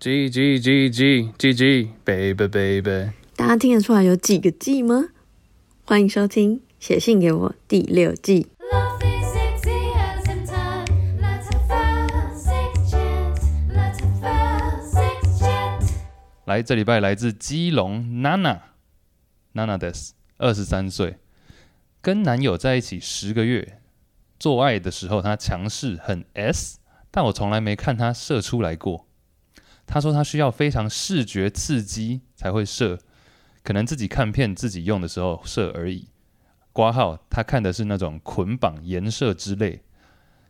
G G G G G G baby baby，大家听得出来有几个季吗？欢迎收听《写信给我》第六季。 Love is sexy as in time. Let's have a six chance. Let's have a six chance. 来，这礼拜来自基隆 Nana Nana Des，二十三岁，跟男友在一起十个月，做爱的时候她强势很 S，但我从来没看她射出来过。她说她需要非常视觉刺激才会射，可能自己看片自己用的时候射而已。挂号，她看的是那种捆绑、颜射之类。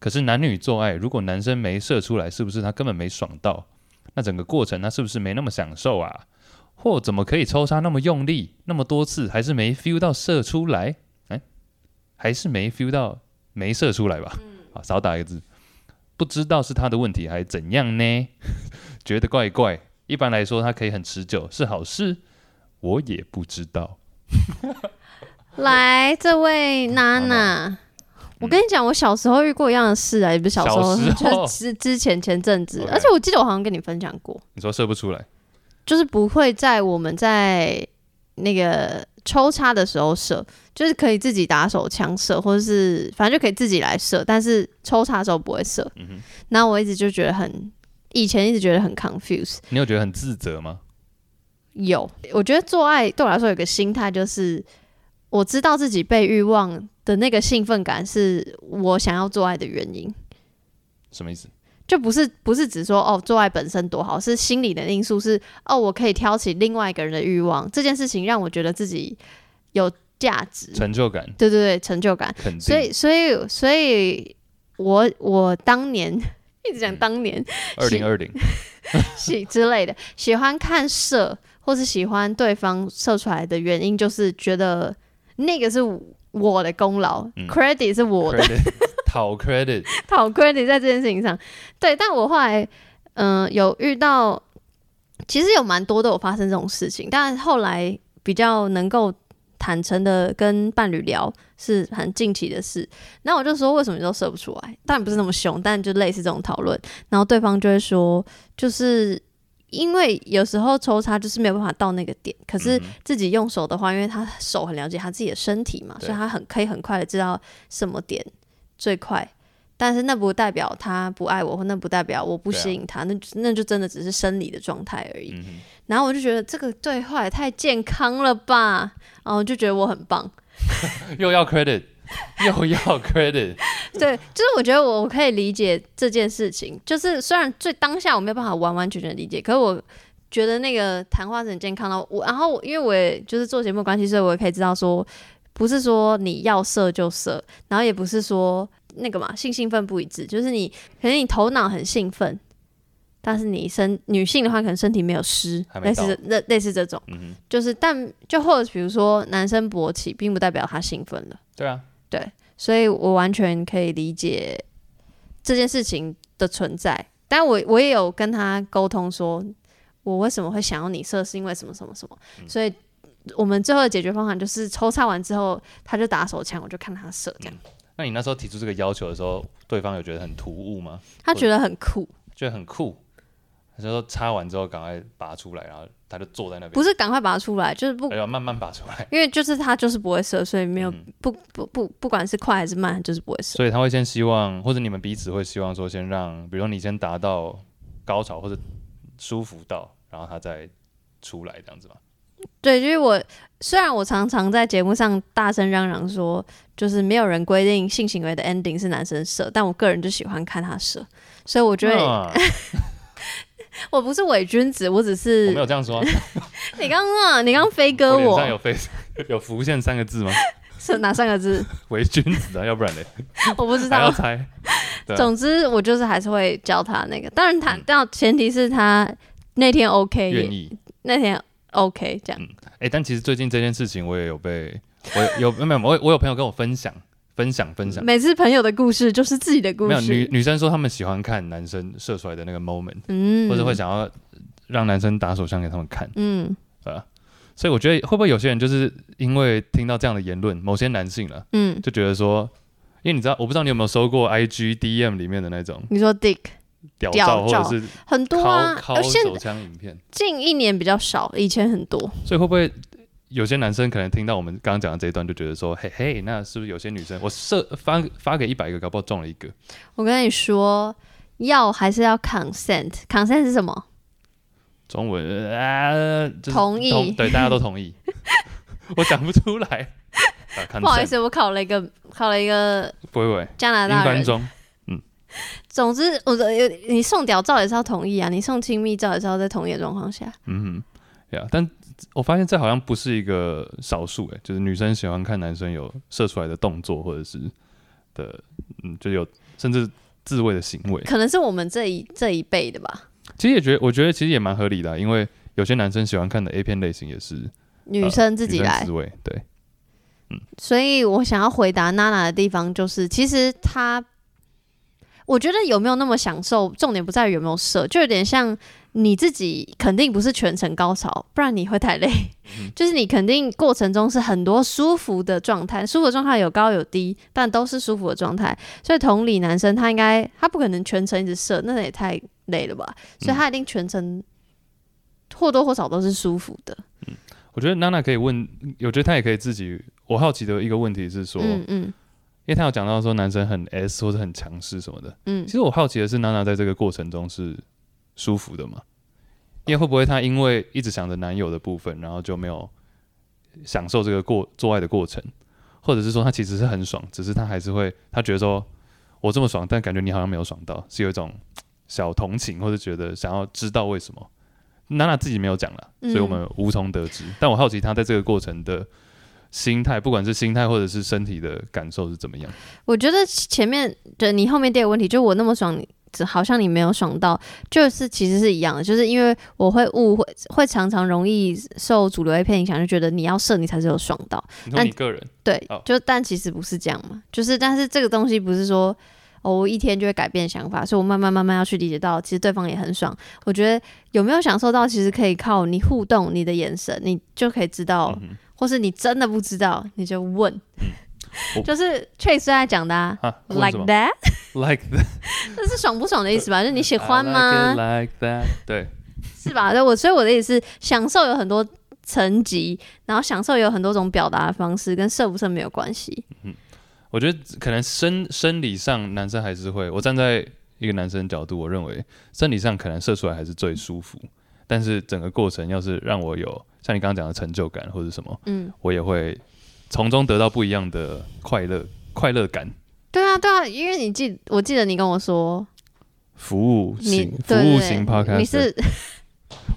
可是男女做爱，如果男生没射出来，是不是他根本没爽到？那整个过程他是不是没那么享受啊？或怎么可以抽插那么用力，那么多次还是没 feel 到射出来？哎，还是没 feel 到没射出来吧？嗯啊，少打一个字，不知道是他的问题还怎样呢？ 觉得怪怪。一般来说，它可以很持久是好事，我也不知道。来，这位娜嗯娜，我跟你讲，我小时候遇过一样的事啊，也不是小时候，小时候 就是之之前前阵子 OK 而且我记得我好像跟你分享过，你说射不出来，就是不会在我们在那个抽插的时候射，就是可以自己打手枪射，或者是反正就可以自己来射，但是抽插的时候不会射。嗯然后我一直就觉得很，以前一直觉得很 confuse。你有觉得很自责吗？有，我觉得做爱对我来说有个心态，就是我知道自己被欲望的那个兴奋感是我想要做爱的原因，什么意思？就不是不是只说哦做爱本身多好，是心理的因素是哦我可以挑起另外一个人的欲望，这件事情让我觉得自己有价值，成就感嗯对对对，成就感。肯定。所以所以所以我我当年 一直讲当年，二零二零喜之类的，喜欢看射或是喜欢对方射出来的原因，就是觉得那个是我的功劳、嗯 c r e d i t 是我的， credit 讨 credit，讨 credit 在这件事情上。对，但我后来嗯、呃有遇到，其实有蛮多都有发生这种事情，但后来比较能够坦诚的跟伴侣聊是很近期的事。然后我就说为什么你都射不出来？当然不是那么凶，但就类似这种讨论。然后对方就会说，就是因为有时候抽插就是没有办法到那个点，可是自己用手的话，因为他手很了解他自己的身体嘛，对所以他很可以很快的知道什么点最快。但是那不代表他不爱我，或那不代表我不吸引他，那就那就真的只是生理的状态而已。嗯哼。然后我就觉得这个对话也太健康了吧，然后我就觉得我很棒。又要 credit，又 要 credit，对，就是我觉得我可以理解这件事情，就是虽然最当下我没有办法完完全全理解，可是我觉得那个谈话是很健康的。我然后我因为我也就是做节目的关系，所以我也可以知道说，不是说你要射就射，然后也不是说那个嘛性兴奋不一致，就是你可能你头脑很兴奋。但是你身女性的话，可能身体没有湿还，没类似到这类类似这种，嗯哼，就是但就或者比如说男生勃起，并不代表他兴奋了。对啊，对，所以我完全可以理解这件事情的存在。但我我也有跟他沟通说，我为什么会想要你射，是因为什么什么什么。所以我们最后的解决方案就是抽插完之后，他就打手枪，我就看他射，这样、那你那时候提出这个要求的时候，对方有觉得很突兀吗？他觉得很酷，觉得很酷，他就说插完之后赶快拔出来，然后他就坐在那边，不是赶快拔出来，就是不哎呦，慢慢拔出来，因为就是他就是不会射，所以没有、嗯不不不不管是快还是慢，就是不会射。所以他会先希望，或者你们彼此会希望说，先让，比如说你先达到高潮或者舒服到，然后他再出来这样子嘛。对，就是我虽然我常常在节目上大声嚷嚷说，就是没有人规定性行为的 ending 是男生射，但我个人就喜欢看他射，所以我觉得、啊我不是伪君子，我只是我没有这样 说啊，你刚刚啊，你刚刚飞我哥脸我上有飞 有浮现三个字吗？ 是哪三个字？ 伪君子啊，要不然呢？我不知还要道。猜。对啊总之，我就是还是会教他那个，当然他，但前提是他那天 OK，嗯愿意。那天 OK 这样。哎、但其实最近这件事情，我也有被，我有没有我有我有朋友跟我分享分享分享，每次朋友的故事就是自己的故没有女事，女生说她们喜欢看男生射出来的那个 moment，、嗯，或者会想要让男生打手枪给他们看，嗯啊，所以我觉得会不会有些人就是因为听到这样的言论，某些男性了嗯，就觉得说，因为你知道，我不知道你有没有收过 IG DM 里面的那种，你说 Dick 屌屌照或者照是很多敲啊，敲而现手枪影片，近一年比较少，以前很多。所以会不会有些男生可能听到我们刚刚讲的这一段，就觉得说，嘿嘿，那是不是有些女生我设发发给一百个，搞不好中了一个？我跟你说，要还是要 consent。consent 是什么？中文啊，就是同意对，大家都同 意。我讲不出来，啊不好意， consent，思，我考了一个考了一个不会不会，加拿英大翻人。中，总之，我的你送屌照也是要同意啊，你送亲密照也是要在同意的状况下。嗯哼，呀、但我发现这好像不是一个少数，哎，就是女生喜欢看男生有射出来的动作，或者是的，嗯，就有甚至自慰的行为。可能是我们这一这一辈的吧，其实也觉得，我觉得其实也蛮合理的啊、因为有些男生喜欢看的 A 片类型也是呃女生自女己生来自。慰，对，所以我想要回答娜娜的地方就是，其实她，我觉得有没有那么享受，重点不在于有没有射，就有点像你自己肯定不是全程高潮，不然你会太累。 就是你肯定过程中是很多舒服的状态，舒服的状态有高有低，但都是舒服的状态。所以同理，男生他应该他不可能全程一直射，那也太累了吧？所以他一定全程或多或少都是舒服的。我觉得娜娜可以问，我觉得她也可以自己。我好奇的一个问题是说，嗯嗯因为她有讲到说男生很 S 或者很强势什么的，嗯其，实我好奇的是，娜娜在这个过程中是舒服的吗？因为会不会她因为一直想着男友的部分，然后就没有享受这个过做爱的过程，或者是说她其实是很爽，只是她还是会她觉得说我这么爽，但感觉你好像没有爽到，是有一种小同情，或者觉得想要知道为什么。娜娜自己没有讲了，嗯所以我们无从得知。但我好奇她在这个过程的心态，不管是心态或者是身体的感受是怎么样。我觉得前面对你后面第二个问题，就我那么爽，你只好像你没有爽到，就是其实是一样的，就是因为我会误会，会常常容易受主流 A 片影响，就觉得你要射你才是有爽到，你那说你个人，对，哦就但其实不是这样嘛，就是但是这个东西不是说哦，我一天就会改变想法，所以我慢慢慢慢要去理解到，其实对方也很爽。我觉得有没有享受到，其实可以靠你互动、你的眼神，你就可以知道，或是你真的不知道，你就问，我就是 Trace 最爱讲的、啊。啊问什 Like 么 that， like that 嗯这是爽不爽的意思吧？就是你喜欢 I 吗？ like, it like that，对， 是吧？对我，所以我的意思是，享受有很多层级，然后享受有很多种表达的方式，跟射不射没有关系。我觉得可能生生理上男生还是会，我站在一个男生角度，我认为生理上可能射出来还是最舒服，但是整个过程要是让我有像你刚刚讲的成就感或者什么，嗯，我也会从中得到不一样的快乐快乐感。对啊，对啊，因为你记，我记得你跟我说，服务你型服对务对型对 podcast，你是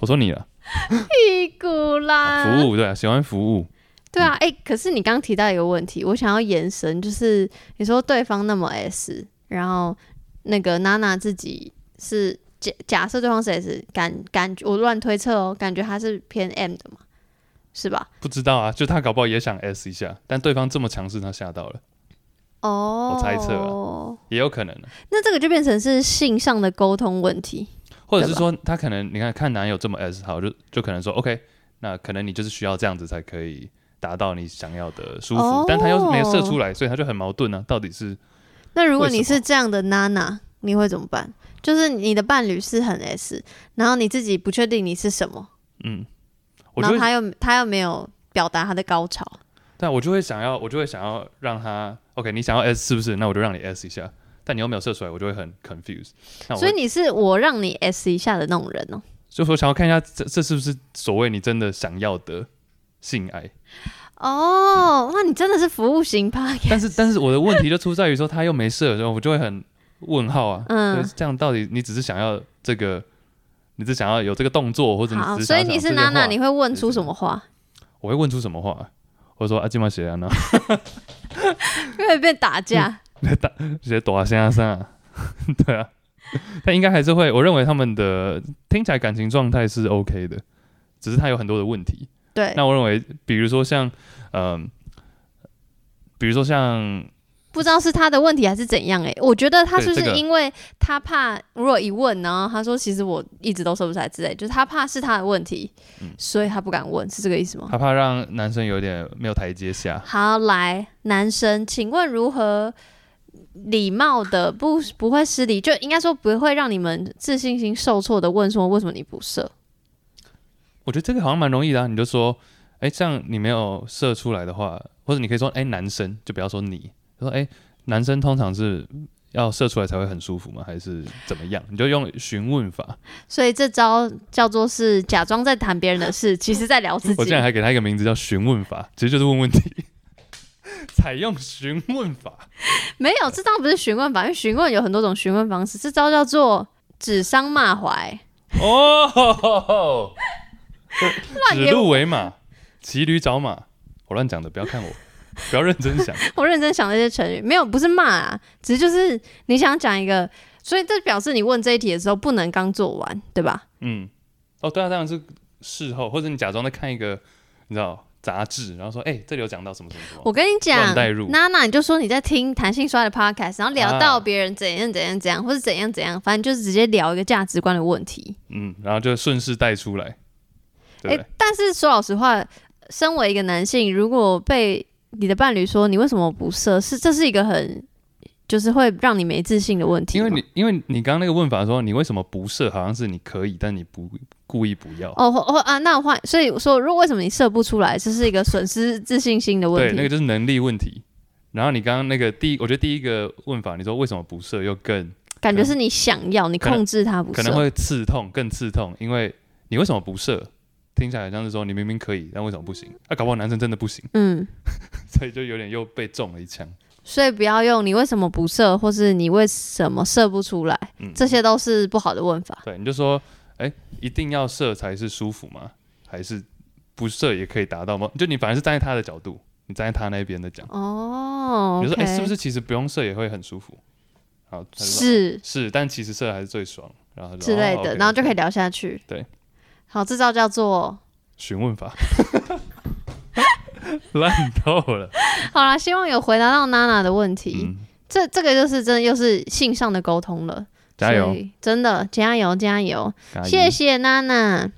我说你了，屁股啦，服务对啊，喜欢服务，对啊，哎、可是你刚刚提到一个问题，我想要延伸，就是你说对方那么 S，然后那个娜娜自己是假假设对方是 S，感感觉我乱推测哦，感觉她是偏 M 的嘛，是吧？不知道啊，就他搞不好也想 S 一下，但对方这么强势，他吓到了，哦，我猜测也有可能、啊。那这个就变成是性上的沟通问题。或者是对吧说他可能你看看男友这么 S 好，就就可能说 OK，那可能你就是需要这样子才可以达到你想要的舒服，哦但他又没有射出来，所以他就很矛盾啊呢、到底是那如果为什你是么这样的娜娜，你会怎么办？就是你的伴侣是很 S，然后你自己不确定你是什么，嗯，我然就会后他又他又没有表达他的高潮。但我就会想要，我就会想要让他 OK，你想要 S 是不是？那我就让你 S 一下，但你又没有射出来，我就会很 confused。那我所以会你是我让你 S 一下的那种人哦、就说想要看一下这这是不是所谓你真的想要的性爱？哦，哇，你真的是服务型趴。但是但是我的问题就出在于说他又没射，然后我就会很问号啊。嗯嗯，这样到底你只是想要这个，你只想要有这个动作，或者你好，只是所想要以你讲这是些娜娜，话你会问是出什什么话？我会问出什么话？我说啊，今晚谁啊？那因为被打架，嗯谁躲先生啊？对啊， 但应该还是会，我认为他们的听起来感情状态是 OK 的，只是他有很多的问题。对，那我认为，比如说像，嗯、比如说像不知道是他的问题还是怎样哎、我觉得他对是不这是个因为他怕，如果一问呢，他说其实我一直都说不出来之类，就是他怕是他的问题，嗯所以他不敢问，是这个意思吗？他怕让男生有点没有台阶下，好，来，男生，请问如何礼貌的，不不会失礼，就应该说不会让你们自信心受挫的问说为什么你不射。我觉得这个好像蛮容易的、啊，你就说，哎、这样你没有射出来的话，或者你可以说，哎、男生就不要说你，就说，哎、男生通常是要射出来才会很舒服吗？还是怎么样？你就用询问 法。所以这招叫做是假装在谈别人的事，其实在聊自嗯我己竟。然还给他一个名字叫询问法，其实就是问问题，采用询问法。没有，这招不是询问法，因为询问有很多种询问方式，这招叫做指桑骂槐。 哦，指给我鹿为马，骑驴找马。我乱讲的，不要看我，不要认真想。我认真想这些成语，没有不是骂啊，只是就是你想讲一个，所以这表示你问这一题的时候不能刚做完，对吧？嗯，哦，对啊，当然是事后，或者你假装在看一个，你知道杂志，然后说，哎、这里有讲到什么什么什么。我跟你讲哦乱带入，娜娜，你就说你在听弹性刷的 podcast，然后聊啊到别人怎样怎样怎样，或者怎样怎样，反正就是直接聊一个价值观的问题。嗯，然后就顺势带出来，对不诶，对？但是说老实话，身为一个男性，如果被你的伴侣说你为什么不射，是这是一个很就是会让你没自信的问题因吗。为你因为你刚刚那个问法说，你为什么不射，好像是你可以，但你不故意不要。哦，或或啊，那我换，所以我说，如果为什么你射不出来，这是一个损失自信心的问对，题。那个就是能力问题。然后你刚刚那个第一，我觉得第一个问法，你说为什么不射，又更感觉是你想要，你可能控制它不可射。能会刺痛，更刺痛，因为你为什么不射？听起来像是说你明明可以，但为什么不行？啊，搞不好男生真的不行，嗯，所以就有点又被中了一枪。所以不要用你为什么不射，或是你为什么射不出来，嗯，这些都是不好的问法。对，你就说，哎、一定要射才是舒服吗？还是不射也可以达到吗？就你反而是站在他的角度，你站在他那边的讲，哦，你就说，哎、 OK 是不是其实不用射也会很舒服？好，他就说是是，但其实射还是最爽，然后他就之类哦的， ，OK，然后就可以 OK 聊下去。对，好，这招叫做询问法， 烂透 了。好啦，希望有回答到娜娜的问题。嗯，这这个就是真的又是性上的沟通了，加油所，以真的加油加油！加油谢谢娜娜。